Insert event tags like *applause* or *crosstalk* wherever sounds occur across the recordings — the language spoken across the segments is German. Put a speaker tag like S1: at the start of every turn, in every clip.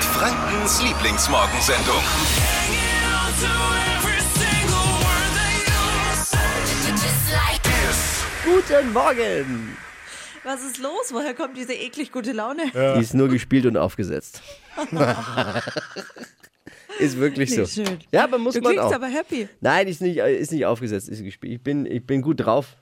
S1: Frankens Lieblingsmorgensendung.
S2: Guten Morgen!
S3: Was ist los? Woher kommt diese eklig gute Laune?
S2: Die ist nur gespielt und
S3: *laughs*
S2: aufgesetzt. ist wirklich
S3: Nicht
S2: so.
S3: schön.
S2: Ja, aber muss
S3: Du
S2: man
S3: klingst
S2: auch.
S3: aber happy.
S2: Nein, ist nicht, äh, ist nicht aufgesetzt, ist gespielt. Ich bin, ich bin gut drauf.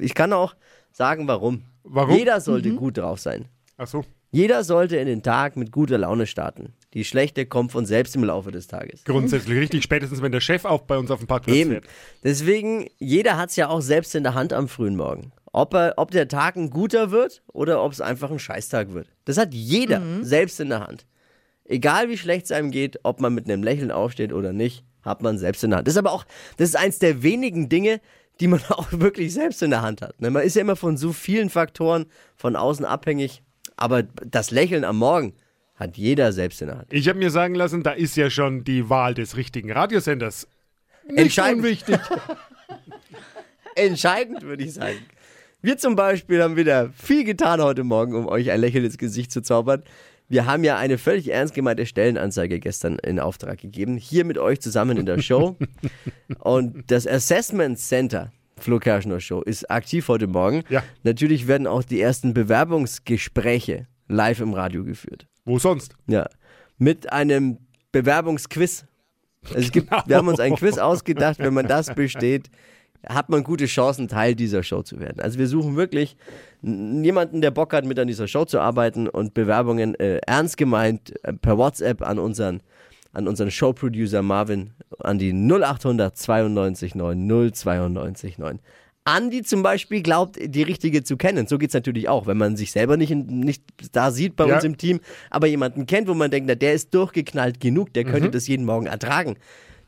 S2: Ich kann auch sagen, warum.
S4: Warum?
S2: Jeder sollte
S3: Mhm.
S2: gut drauf sein.
S4: Ach so.
S2: Jeder sollte in den Tag mit guter Laune starten. Die schlechte kommt von selbst im Laufe des Tages.
S4: Grundsätzlich richtig, spätestens wenn der Chef auch bei uns auf dem Parkplatz
S2: Eben.
S4: fährt.
S2: Deswegen, jeder hat es ja auch selbst in der Hand am frühen Morgen. Ob, er, ob der Tag ein guter wird oder ob es einfach ein Scheißtag wird. Das hat jeder selbst in der Hand. Egal wie schlecht es einem geht, ob man mit einem Lächeln aufsteht oder nicht, hat man selbst in der Hand. Das ist aber auch, das ist eins der wenigen Dinge, die man *laughs* auch wirklich selbst in der Hand hat. ne? Man ist ja immer von so vielen Faktoren von außen abhängig, aber das Lächeln am Morgen hat jeder selbst in der Hand.
S4: Ich habe mir sagen lassen, da ist ja schon die Wahl des richtigen Radiosenders. Nicht
S2: Entscheidend.
S4: unwichtig.
S2: *laughs* entscheidend, würde ich sagen. Wir zum Beispiel haben wieder viel getan heute Morgen, um euch ein Lächeln ins Gesicht zu zaubern. Wir haben ja eine völlig ernst gemeinte Stellenanzeige gestern in Auftrag gegeben, hier mit euch zusammen in der
S4: *laughs*
S2: Show. Und das Assessment Center, Flo Kerschner Show, ist aktiv heute Morgen.
S4: Ja.
S2: Natürlich werden auch die ersten Bewerbungsgespräche live im Radio geführt.
S4: Wo sonst?
S2: Ja. Mit einem Bewerbungsquiz. Also es gibt, wir haben uns ein Quiz ausgedacht, wenn man das besteht, hat man gute Chancen, Teil dieser Show zu werden. Also wir suchen wirklich n- jemanden, der Bock hat, mit an dieser Show zu arbeiten und Bewerbungen äh, ernst gemeint äh, per WhatsApp an unseren, an unseren Showproducer Marvin an die 0800 92 9 092 9. Andi zum Beispiel glaubt, die richtige zu kennen. So geht es natürlich auch, wenn man sich selber nicht, in, nicht da sieht bei
S4: Ja.
S2: uns im Team, aber jemanden kennt, wo man denkt, na, der ist durchgeknallt genug, der könnte das jeden Morgen ertragen.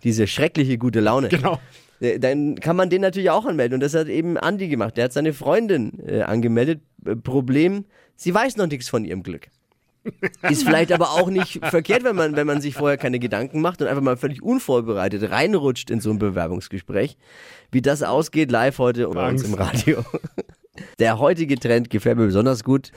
S2: Diese schreckliche gute Laune.
S4: Genau.
S2: Äh, Dann kann man den natürlich auch anmelden. Und das hat eben Andi gemacht. Der hat seine Freundin äh, angemeldet. Äh, Problem, sie weiß noch nichts von ihrem Glück. Ist vielleicht aber auch
S4: *laughs*
S2: nicht verkehrt, wenn man, wenn man sich vorher keine Gedanken macht und einfach mal völlig unvorbereitet reinrutscht in so ein Bewerbungsgespräch. Wie das ausgeht, live heute bei uns
S4: Angst.
S2: im Radio. *laughs* Der heutige Trend gefällt mir besonders gut.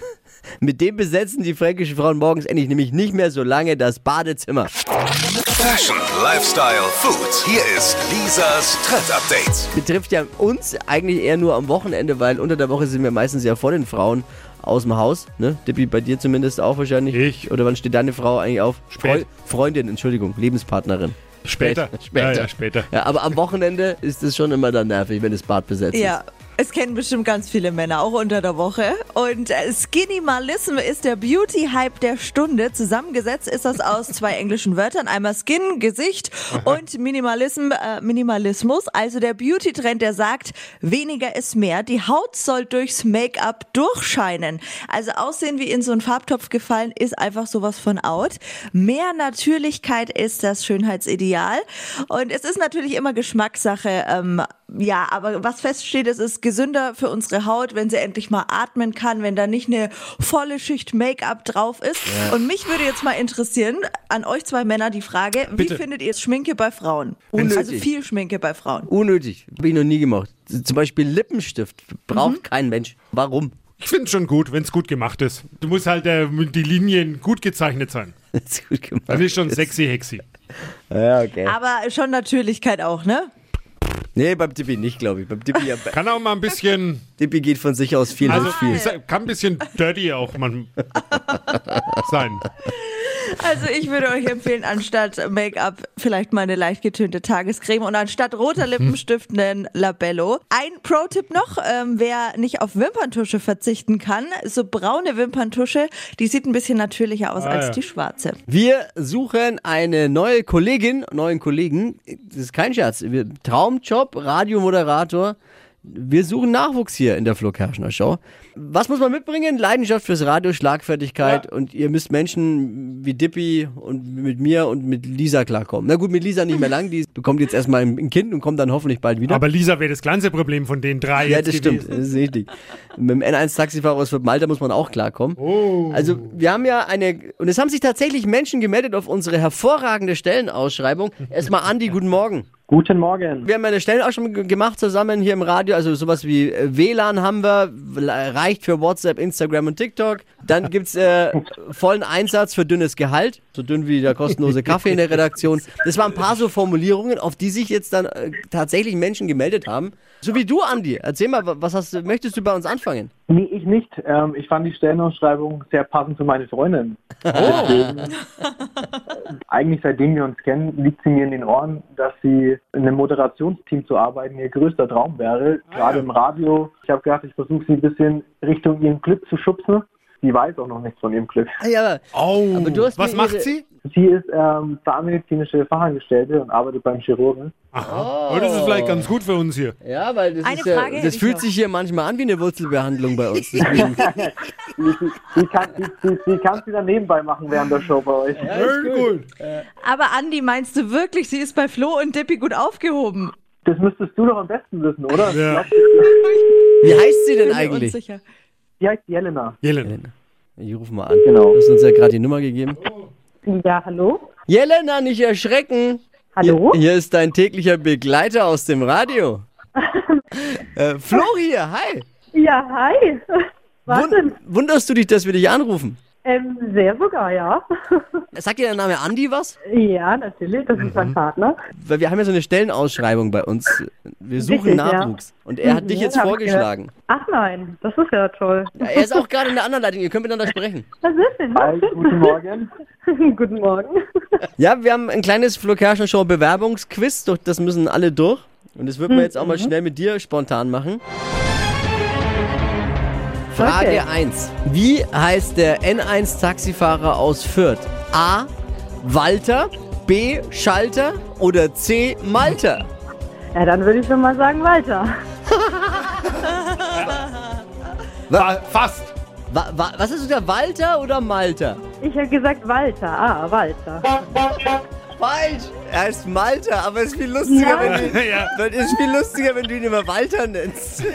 S2: Mit dem besetzen die fränkischen Frauen morgens endlich nämlich nicht mehr so lange das Badezimmer.
S1: Fashion, Lifestyle, Food. Hier ist Lisas Trend Update.
S2: betrifft ja uns eigentlich eher nur am Wochenende, weil unter der Woche sind wir meistens ja vor den Frauen aus dem Haus. Ne? Dippi, bei dir zumindest auch wahrscheinlich.
S4: Ich.
S2: Oder wann steht deine Frau eigentlich auf?
S4: Spät.
S2: Freundin, Entschuldigung, Lebenspartnerin.
S4: Später.
S2: Später.
S4: Ja, ja, später.
S2: Ja, aber am Wochenende ist es schon immer dann nervig, wenn das Bad besetzt
S3: Ja,
S2: ist.
S3: es kennen bestimmt ganz viele Männer, auch unter der Woche. Und äh, Skinny-Malism ist der Beauty-Hype der Stunde. Zusammengesetzt ist das aus zwei englischen Wörtern. Einmal Skin, Gesicht und Minimalism, äh, Minimalismus. Also der Beauty-Trend, der sagt, weniger ist mehr. Die Haut soll durchs Make-up durchscheinen. Also aussehen wie in so einen Farbtopf gefallen ist einfach sowas von out. Mehr Natürlichkeit ist das Schönheitsideal. Und es ist natürlich immer Geschmackssache, ähm, ja, aber was feststeht, es ist gesünder für unsere Haut, wenn sie endlich mal atmen kann, wenn da nicht eine volle Schicht Make-up drauf ist. Und mich würde jetzt mal interessieren, an euch zwei Männer die Frage,
S4: Bitte.
S3: wie findet ihr Schminke bei Frauen?
S2: Unnötig.
S3: Also viel Schminke bei Frauen.
S2: Unnötig, habe ich noch nie gemacht. Z- Zum Beispiel Lippenstift braucht kein Mensch. Warum? *laughs*
S4: Ich finde es schon gut, wenn es gut gemacht ist. Du musst halt äh, die Linien gut gezeichnet sein.
S2: Das ist gut gemacht.
S4: Dann ist schon sexy hexy.
S2: Ja, okay.
S3: Aber schon Natürlichkeit auch, ne?
S2: Nee, beim Dippi nicht, glaube ich. Beim Dippi,
S4: Kann auch mal ein bisschen,
S2: Dippi geht von sich aus viel
S4: also
S2: auf viel.
S4: ich sag, kann ein bisschen dirty auch man sein.
S3: Also ich würde euch empfehlen, anstatt Make-up vielleicht mal eine leicht getönte Tagescreme und anstatt roter
S2: Mhm.
S3: Lippenstift einen Labello. Ein Pro-Tipp noch, ähm, wer nicht auf Wimperntusche verzichten kann, so braune Wimperntusche, die sieht ein bisschen natürlicher aus
S4: Ah,
S3: als
S4: ja.
S3: die schwarze.
S2: Wir suchen eine neue Kollegin, neuen Kollegen. Das ist kein Scherz. Wir, Traumjob, Radiomoderator. Wir suchen Nachwuchs hier in der Flo Kerschner Show. Was muss man mitbringen? Leidenschaft fürs Radio, Schlagfertigkeit und ihr müsst Menschen wie Dippy und mit mir und mit Lisa klarkommen. Na gut, mit Lisa nicht mehr lang. Die bekommt jetzt erstmal ein Kind und kommt dann hoffentlich bald wieder.
S4: Aber Lisa wäre das kleinste Problem von den drei.
S2: Ja,
S4: jetzt
S2: das
S4: gewesen.
S2: stimmt. Das ist richtig. Mit dem N1-Taxifahrer aus Malta muss man auch klarkommen.
S4: Oh.
S2: Also, wir haben ja eine, und es haben sich tatsächlich Menschen gemeldet auf unsere hervorragende Stellenausschreibung. Erstmal Andi, guten Morgen.
S5: Guten Morgen.
S2: Wir haben ja eine Stellenausschreibung ge- gemacht zusammen hier im Radio. Also, sowas wie äh, WLAN haben wir, La- reicht für WhatsApp, Instagram und TikTok. Dann gibt's äh, vollen Einsatz für dünnes Gehalt, so dünn wie der kostenlose Kaffee in der Redaktion. Das waren ein paar so Formulierungen, auf die sich jetzt dann äh, tatsächlich Menschen gemeldet haben. So wie du, Andi. Erzähl mal, wa- was hast, du- möchtest du bei uns anfangen?
S5: Nee, ich nicht. Ähm, ich fand die Stellenausschreibung sehr passend für meine Freundin. Deswegen, äh, eigentlich seitdem wir uns kennen, liegt sie mir in den Ohren, dass sie in einem Moderationsteam zu arbeiten ihr größter Traum wäre. Gerade im Radio. Ich habe gedacht, ich versuche sie ein bisschen Richtung ihrem Glück zu schubsen. Sie weiß auch noch nichts von ihrem Glück.
S2: Ah, ja,
S4: Oh,
S2: Aber du hast
S4: was
S2: mir
S4: macht
S2: ihre-
S4: sie?
S5: Sie ist ähm, zahnmedizinische Fachangestellte und arbeitet beim Chirurgen.
S4: Aha. Oh, das ist vielleicht ganz gut für uns hier.
S2: ja weil das,
S3: Eine
S2: ist ja,
S3: Frage hätte
S2: das
S3: ich
S2: fühlt
S3: noch.
S2: sich hier manchmal an wie eine Wurzelbehandlung bei
S3: *laughs*
S2: uns. Deswegen-
S5: Sie, sie, sie, kann, sie, sie, sie kann sie dann nebenbei machen während der Show bei euch.
S4: Very gut.
S3: Aber Andi, meinst du wirklich, sie ist bei Flo und Dippi gut aufgehoben?
S5: Das müsstest du doch am besten wissen, oder?
S4: Ja.
S2: wie heißt sie denn
S3: Bin mir
S2: eigentlich?
S3: unsicher.
S5: Die heißt Jelena.
S4: Jelen. *laughs*
S2: Ich rufe mal an.
S5: Genau.
S2: Du hast uns ja gerade die Nummer gegeben.
S6: Ja, hallo?
S2: Jelena, nicht erschrecken.
S6: Hallo?
S2: Hier, hier ist dein täglicher Begleiter aus dem
S6: *laughs*
S2: Radio. äh, Flo hier, hi.
S6: Ja, hi. *laughs* Was
S2: Wund-
S6: denn?
S2: wunderst du dich, dass wir dich anrufen?
S6: Ähm, sehr sogar, ja. *laughs*
S2: Sagt dir der Name Andi was?
S6: ja, natürlich, das ist
S2: Mhm.
S6: mein Partner.
S2: Weil wir haben ja so eine Stellenausschreibung bei uns. Wir suchen
S6: Richtig, ja. Hm,
S2: Nachwuchs. Und er hat dich
S6: Ja,
S2: jetzt
S6: hab ich
S2: vorgeschlagen.
S6: Ach nein, das ist ja toll.
S2: Ja, er ist auch gerade in der anderen Leitung. Ihr könnt miteinander sprechen.
S6: Was ist denn?
S5: Hi, guten *laughs* Morgen.
S6: *laughs* Guten Morgen.
S2: Ja, wir haben ein kleines Flo Kerschner Show Bewerbungsquiz. Durch das müssen alle durch. Und das würden wir jetzt auch mal schnell mit dir spontan machen. Frage
S6: Okay.
S2: 1. Wie heißt der N1-Taxifahrer aus Fürth? A. Walter, B. Schalter oder C. Malter?
S6: Ja, dann würde ich schon mal sagen, weiter.
S4: Fa fast.
S2: Wa wa was ist da? Walter oder Malter?
S6: Ich hätte gesagt Walter. Ah, Walter.
S2: Falsch! Er heißt Malter, aber es ist viel lustiger,
S6: Ja.
S2: wenn du,
S4: Ja.
S2: *laughs* es ist viel lustiger, wenn du ihn immer Walter nennst. *laughs*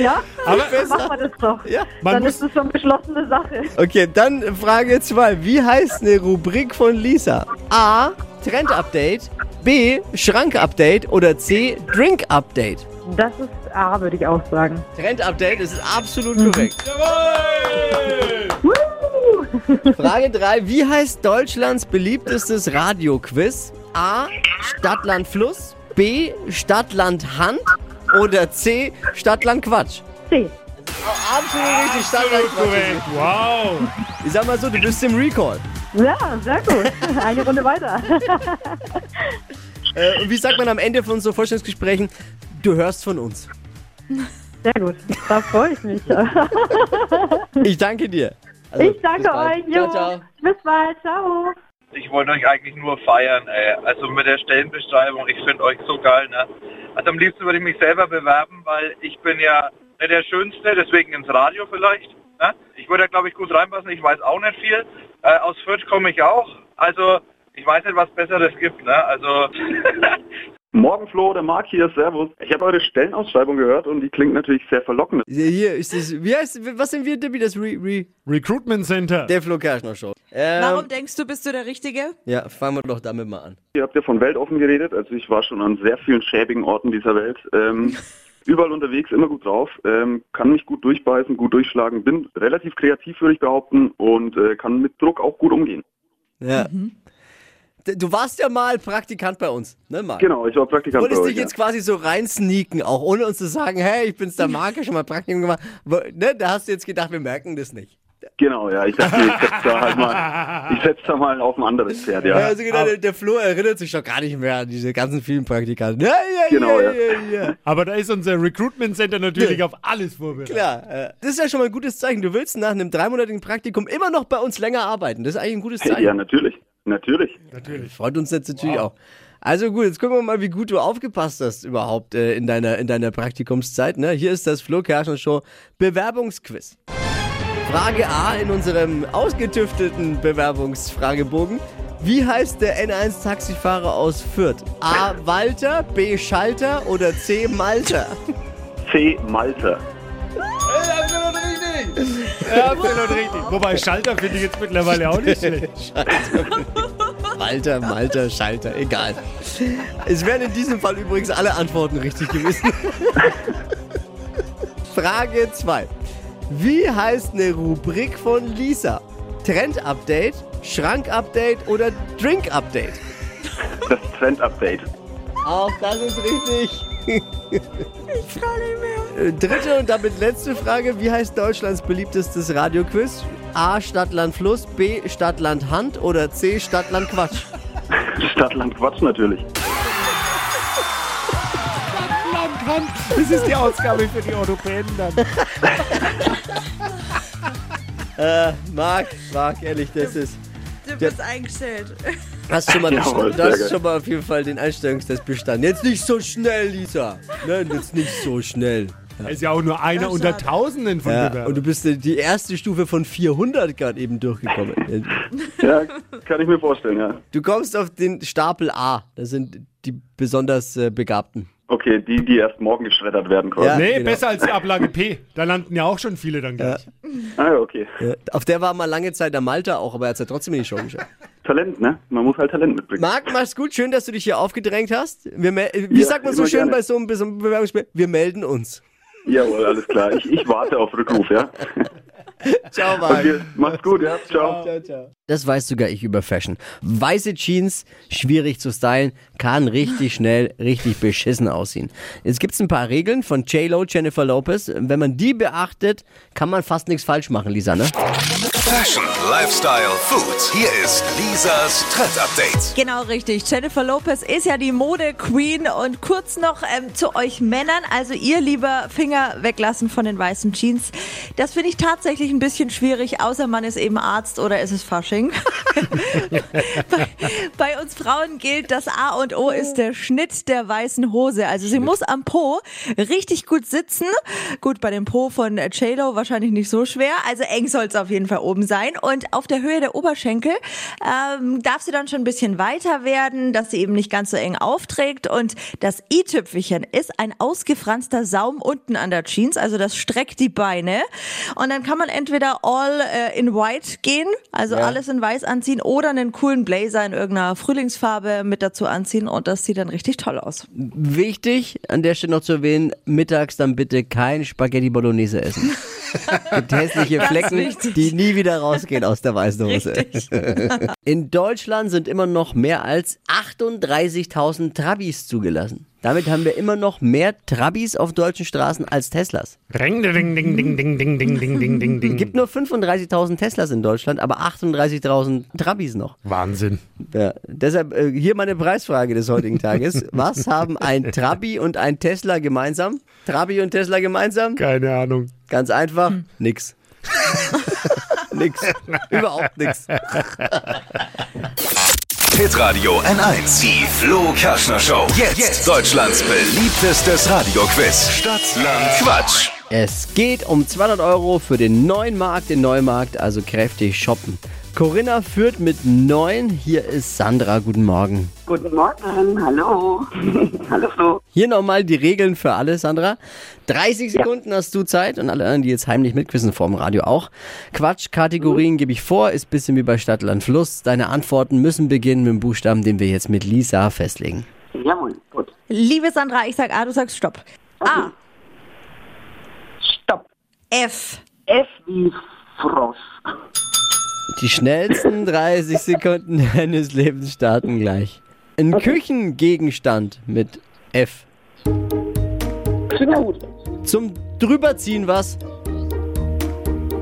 S6: Ja,
S4: Aber
S6: machen wir das doch.
S2: Ja.
S4: Man
S6: dann
S4: muss-
S6: ist es schon beschlossene Sache.
S2: Okay, dann Frage 2. Wie heißt eine Rubrik von Lisa? A. Trend-Update. B. Schrank-Update. Oder C. Drink-Update.
S6: Das ist A, würde ich auch sagen.
S2: Trend-Update ist absolut korrekt. Frage 3. Wie heißt Deutschlands beliebtestes Radioquiz? A. Stadtland Fluss. B. Stadtland Hand. Oder C. Stadtland Quatsch.
S6: C.
S2: Absolut richtig. Stadtland
S4: Absolut
S2: Quatsch.
S4: korrekt. Wow.
S2: Ich sag mal so, du bist im Recall.
S6: Ja, sehr
S2: *laughs*
S6: gut. Eine Runde weiter.
S2: Äh, und wie sagt man am Ende von so Vorstellungsgesprächen? Du hörst von uns.
S6: Sehr gut. Da freue ich mich.
S2: *laughs* Ich danke dir. Also,
S6: Ich danke
S2: bis bald.
S6: euch.
S2: Ciao,
S6: Jo.
S2: ciao.
S6: Bis bald. Ciao.
S7: ich wollte euch eigentlich nur feiern, ey. Also mit der Stellenbeschreibung, ich finde euch so geil, ne? Also am liebsten würde ich mich selber bewerben, weil ich bin ja nicht der Schönste, deswegen ins Radio vielleicht. Ne? Ich würde da glaube ich gut reinpassen, ich weiß auch nicht viel. Äh, aus Fürth komme ich auch. Also ich weiß nicht, was Besseres gibt, ne? Also *laughs*
S8: Morgen Flo, der Marc hier, Servus. Ich habe eure Stellenausschreibung gehört und die klingt natürlich sehr verlockend.
S2: Äh, Hier ist das, wie heißt, was sind wir, Debbie? Das Re, Re,
S4: Recruitment Center.
S2: der Flo Kerschner Show. Ähm,
S3: Warum denkst du, bist du der Richtige?
S2: Ja, fangen wir doch damit mal an.
S8: Ihr habt ja von weltoffen geredet, also ich war schon an sehr vielen schäbigen Orten dieser Welt.
S2: *laughs*
S8: Ähm, überall unterwegs, immer gut drauf, ähm, kann mich gut durchbeißen, gut durchschlagen, bin relativ kreativ, würde ich behaupten, und äh, kann mit Druck auch gut umgehen.
S2: Ja. D- Du warst ja mal Praktikant bei uns, ne, Marc?
S8: Genau, ich war
S2: Du
S8: Praktikant bei
S2: wolltest
S8: euch.
S2: dich jetzt quasi so rein sneaken, auch ohne uns zu sagen, hey, ich bin's der Marc, ich hab schon mal Praktikum gemacht. Wo- Ne, da hast du jetzt gedacht, wir merken das nicht.
S8: ja. Genau, ja, ich dachte, ich setze da
S2: *laughs*
S8: halt mal, ich setz da mal auf ein anderes Pferd, ja.
S2: Also genau, der, der Flo erinnert sich doch gar nicht mehr an diese ganzen vielen Praktikanten. Ja, ja,
S8: Genau,
S2: ja,
S8: ja.
S2: ja, ja.
S4: Aber da ist unser Recruitment Center natürlich auf alles vorbereitet.
S2: Klar, äh, das ist ja schon mal ein gutes Zeichen. Du willst nach einem dreimonatigen Praktikum immer noch bei uns länger arbeiten. Das ist eigentlich ein gutes Zeichen.
S8: Ja, natürlich, natürlich.
S4: Natürlich.
S2: Freut uns jetzt natürlich auch. Also gut, jetzt gucken wir mal, wie gut du aufgepasst hast überhaupt äh, in, deiner, in deiner Praktikumszeit. Ne? Hier ist das Flo Kerschner Show Bewerbungsquiz. Frage A in unserem ausgetüftelten Bewerbungsfragebogen. Wie heißt der N1-Taxifahrer aus Fürth? A. Walter, B. Schalter oder C. Malter?
S8: C. Malter.
S4: Absolut richtig. Wobei Schalter finde ich jetzt mittlerweile auch nicht schlecht.
S2: *laughs* Walter, Malter, Schalter, egal. Es wären in diesem Fall übrigens alle Antworten richtig gewesen. *laughs* Frage 2. Wie heißt eine Rubrik von Lisa? Trend-Update, Schrank-Update oder Drink-Update?
S8: Das Trend-Update. *laughs*
S2: Auch das ist richtig. *laughs* ich kann nicht mehr. Äh, Dritte und damit letzte Frage. Wie heißt Deutschlands beliebtestes Radioquiz? A. Stadtland Fluss, B. Stadtland Hand oder C. Stadtland Quatsch?
S8: Stadtland Quatsch natürlich.
S4: Das ist die Ausgabe für die Orthopäden dann.
S2: Marc, Marc, ehrlich, das ist...
S3: Du bist eingestellt.
S2: Hast schon mal,
S8: Jawohl,
S2: du hast
S8: sehr
S2: schon mal auf jeden Fall den Einstellungstest bestanden. Jetzt nicht so schnell, Lisa. Nein, jetzt nicht so schnell.
S4: Da ist ja auch nur einer
S3: Ach,
S4: unter
S3: schade.
S4: Tausenden von
S2: Ja,
S4: Bewerbern.
S2: und du bist äh, die erste Stufe von 400 gerade eben durchgekommen.
S8: Ja, kann ich mir vorstellen, ja.
S2: Du kommst auf den Stapel A. Das sind die besonders äh, Begabten.
S8: Okay, die, die erst morgen geschreddert werden quasi.
S2: Ja.
S4: nee,
S2: genau.
S4: besser als die Ablage P. Da landen ja auch schon viele dann gleich.
S8: Ah ja, okay.
S2: Ja, auf der war mal lange Zeit der Malta auch, aber er hat ja trotzdem in die Show geschafft.
S8: Talent, ne? Man muss halt Talent mitbringen.
S2: Marc, mach's gut. Schön, dass du dich hier aufgedrängt hast. Wir mel- äh, wie
S8: Ja,
S2: sagt man so
S8: immer
S2: schön
S8: gerne.
S2: bei so einem, bei so einem Bewerbungsspiel? Wir melden uns.
S8: Jawohl, alles klar. Ich, ich warte auf Rückruf, ja?
S2: Ciao, Marc.
S8: Okay, macht's gut, ja? Ciao.
S2: Das weiß sogar ich über Fashion. Weiße Jeans, schwierig zu stylen, kann richtig schnell, richtig beschissen aussehen. Jetzt gibt's ein paar Regeln von J-Lo, Jennifer Lopez. Wenn man die beachtet, kann man fast nichts falsch machen, Lisa, ne?
S1: Fashion, Lifestyle, Food. Hier ist Lisas Trend Update.
S3: Genau richtig. Jennifer Lopez ist ja die Mode-Queen. Und kurz noch ähm, zu euch Männern. Also ihr lieber Finger weglassen von den weißen Jeans. Das finde ich tatsächlich ein bisschen schwierig, außer man ist eben Arzt oder ist es ist Fasching. *laughs* bei, bei uns Frauen gilt, das A und O ist der Schnitt der weißen Hose. Also sie muss am Po richtig gut sitzen. Gut, bei dem Po von äh, J-Lo wahrscheinlich nicht so schwer. Also eng soll es auf jeden Fall oben sein. Und auf der Höhe der Oberschenkel ähm, darf sie dann schon ein bisschen weiter werden, dass sie eben nicht ganz so eng aufträgt. Und das i-Tüpfelchen ist ein ausgefranster Saum unten an der Jeans. Also das streckt die Beine. Und dann kann man entweder all äh, in white gehen, also alles in weiß anziehen, oder einen coolen Blazer in irgendeiner Frühlingsfarbe mit dazu anziehen. Und das sieht dann richtig toll aus.
S2: Wichtig, an der Stelle noch zu erwähnen, mittags dann bitte kein Spaghetti Bolognese essen.
S3: *laughs*
S2: Gibt hässliche
S3: Das ist
S2: Flecken,
S3: wichtig.
S2: die nie wieder rausgehen aus der weißen Hose.
S3: Richtig.
S2: *laughs* In Deutschland sind immer noch mehr als 38.000 Trabis zugelassen. Damit haben wir immer noch mehr Trabis auf deutschen Straßen als Teslas.
S4: Ring, ding, ding, ding, ding, ding, ding, ding, ding, ding, ding.
S2: Gibt nur 35.000 Teslas in Deutschland, aber 38.000 Trabis noch.
S4: Wahnsinn.
S2: Ja, deshalb äh, hier meine Preisfrage des heutigen *laughs* Tages. Was haben ein Trabi und ein Tesla gemeinsam? Trabi und Tesla gemeinsam?
S4: Keine Ahnung.
S2: Ganz einfach, *laughs* nix. nix. Überhaupt nix.
S1: Hitradio N1. Die Flo Kerschner Show. Jetzt, Deutschlands beliebtestes Radioquiz. Stadt, Land, Quatsch.
S2: Es geht um 200 Euro für den neuen Markt in Neumarkt, also kräftig shoppen. Corinna führt mit 9. Hier ist Sandra. Guten Morgen.
S9: Guten Morgen, hallo. hallo Flo.
S2: Hier nochmal die Regeln für alle, Sandra. 30 Sekunden hast du Zeit und alle anderen, die jetzt heimlich mitquissen vorm Radio auch. Quatschkategorien gebe ich vor, ist bisschen wie bei Stadtland Fluss. Deine Antworten müssen beginnen mit dem Buchstaben, den wir jetzt mit Lisa festlegen.
S9: Jawohl, gut.
S3: Liebe Sandra, ich sag A, du sagst Stopp. A,
S9: Stopp.
S3: F,
S9: F wie Frosch. *laughs*
S2: Die schnellsten 30 Sekunden deines Lebens starten gleich. Ein Küchengegenstand mit F.
S9: Fingerhut.
S2: Zum drüberziehen was,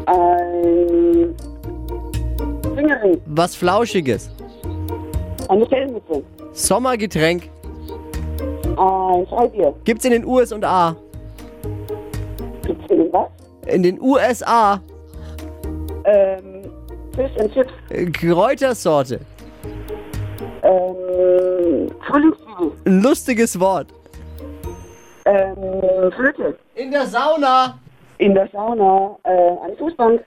S9: Ein Fingerring.
S2: was Flauschiges.
S9: Eine Fellmütze.
S2: Sommergetränk
S5: Äh,
S9: Ein Freibier.
S2: gibt's in den USA.
S9: Gibt's irgendwas?
S2: In den USA
S9: Ähm, Fish and Chips.
S2: äh, Kräutersorte.
S9: Ähm, Frühlingszwiebel.
S2: Ein lustiges Wort.
S9: Ähm, Flöte.
S2: In der Sauna.
S9: In der Sauna. Äh, eine Fußbank.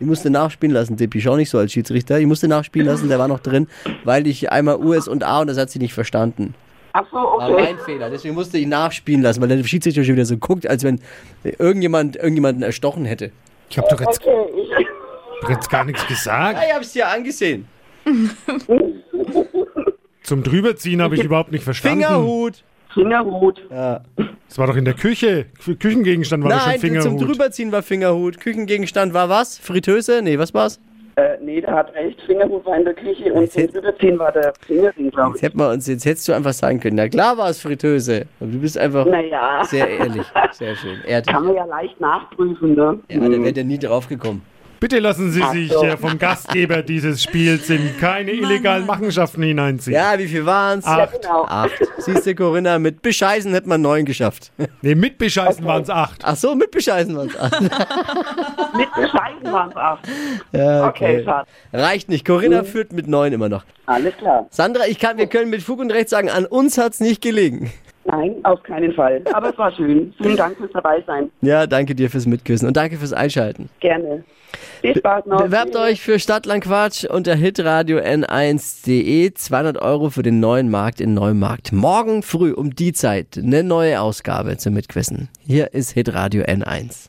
S2: Ich musste nachspielen lassen, Dippi. Schau nicht so als Schiedsrichter. Ich musste nachspielen lassen, der war noch drin, weil ich einmal US und A und das hat sie nicht verstanden.
S9: Ach so,
S2: War mein
S9: okay.
S2: Fehler. Deswegen musste ich nachspielen lassen, weil der Schiedsrichter schon wieder so guckt, als wenn irgendjemand irgendjemanden erstochen hätte.
S4: Ich habe doch jetzt,
S9: Okay, ich.
S4: jetzt gar nichts gesagt.
S2: Ich hab's dir angesehen.
S4: Zum Drüberziehen habe ich überhaupt nicht verstanden.
S2: Fingerhut.
S5: Fingerhut.
S2: Ja.
S4: Das war doch in der Küche. Für Küchengegenstand war doch schon
S2: Nein, zum
S4: Fingerhut.
S2: Drüberziehen war Fingerhut. Küchengegenstand war was? Fritteuse? Nee, was war's?
S5: Äh, nee, da hat recht. Fingerhut war in der Küche und
S2: Jetzt
S5: zum
S2: hätt-
S5: Überziehen war der Fingerring, glaube
S2: Jetzt,
S5: ich.
S2: hätten wir uns, jetzt hättest du einfach sagen können, na klar war es Fritteuse. Aber du bist einfach
S5: Naja,
S2: sehr ehrlich. Sehr schön. Ehrlich.
S5: kann man ja leicht nachprüfen, ne?
S2: Ja, da wäre der nie drauf gekommen.
S4: Bitte lassen Sie
S5: Ach
S4: sich
S5: so.
S4: äh, vom Gastgeber dieses Spiels in keine illegalen Machenschaften hineinziehen.
S2: Ja, wie viel waren's?
S4: Acht.
S5: Genau.
S2: Acht. Siehst du, Corinna, mit Bescheißen hätte man neun geschafft.
S4: Nee, mit Bescheißen waren es acht.
S2: Ach so, mit Bescheißen waren's acht.
S5: Mit Bescheiden waren es acht.
S2: *laughs* Ja,
S5: Okay, schade.
S2: Reicht nicht. Corinna führt mit neun immer noch.
S5: Alles klar.
S2: Sandra, ich kann, wir können mit Fug und Recht sagen, an uns hat's nicht gelegen.
S5: Nein, auf keinen Fall. Aber es war schön. Vielen Dank fürs Dabeisein.
S2: Ja, danke dir fürs Mitküssen und danke fürs Einschalten.
S5: Gerne. Viel Spaß noch.
S2: Bewerbt euch für Stadtlandquatsch unter hitradio n1.de. 200 E. Euro für den neuen Markt in Neumarkt. Morgen früh um die Zeit eine neue Ausgabe zum Mitquissen. Hier ist hitradio n1.